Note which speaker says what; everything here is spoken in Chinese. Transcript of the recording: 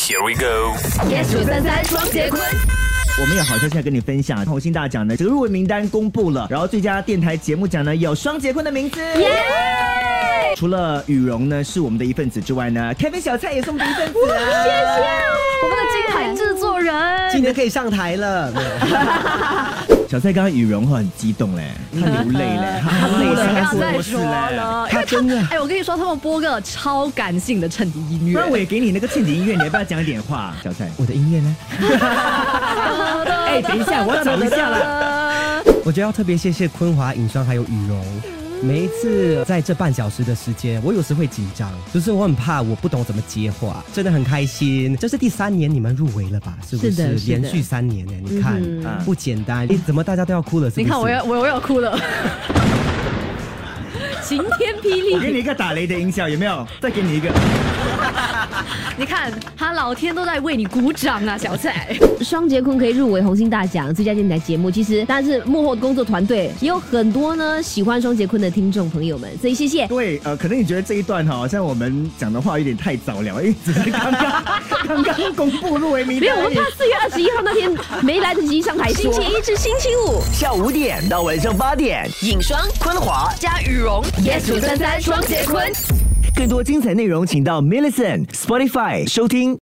Speaker 1: Here we go。
Speaker 2: Yes 九三三双节棍，
Speaker 3: 我们有好消息要跟你分享，红星大奖呢，这个入围名单公布了，然后最佳电台节目奖呢有双节棍的名字。除了羽绒呢是我们的一份子之外呢，Kevin 小蔡也送我们一份子、啊。谢谢。
Speaker 2: 我们的金牌制作人，
Speaker 4: 今天可以上台了，没有
Speaker 3: 小蔡刚刚羽绒很激动嘞，他流泪嘞，嗯
Speaker 2: 不
Speaker 3: 他哭了，
Speaker 2: 要
Speaker 3: 他
Speaker 2: 再说
Speaker 3: 说是嘞。
Speaker 2: 了，因
Speaker 4: 他
Speaker 2: 为
Speaker 4: 真的
Speaker 2: 哎，我跟你说，他们播个超感性的衬底音乐
Speaker 3: 不，然我也给你那个衬底音乐，你要不要讲一点话？小蔡，我的音乐呢？哎，等一下，我找一下啦。
Speaker 2: 啦。
Speaker 4: 我觉得要特别谢谢昆华影霜还有羽绒。每一次在这半小时的时间，我有时会紧张，就是我很怕我不懂怎么接话，真的很开心。这是第三年你们入围了吧？是不是？
Speaker 2: 是的是的
Speaker 4: 连续三年呢、你看、
Speaker 3: 嗯
Speaker 4: 不简单，诶怎么大家都要哭了？是不是
Speaker 2: 你看，我要我我要哭 了。晴天霹
Speaker 3: 我 给
Speaker 2: 雳！
Speaker 3: 你一个打雷的音效，有没有？再给你一个。
Speaker 2: 你看，他老天都在为你鼓掌啊，小蔡。
Speaker 5: 双节棍可以入围红星大奖最佳电台节目，其实但是幕后工作团队也有很多呢喜欢双节棍的听众朋友们，所以谢谢。
Speaker 3: 对，呃，可能你觉得这一段哈，好像我们讲的话有点太早了，因为只是刚刚刚刚公布入围名
Speaker 5: 没
Speaker 3: 单
Speaker 5: 有，我
Speaker 3: 而
Speaker 5: 们
Speaker 3: 已。
Speaker 5: 怕四月二十一号那天没来得及上台说。
Speaker 6: 一至星期五
Speaker 7: 下午五点到晚上八点，
Speaker 6: 影霜
Speaker 7: 昆华。
Speaker 6: 加羽绒。
Speaker 2: Yes 九三三双节棍。
Speaker 7: 更多精彩内容，请到 Millison Spotify 收听。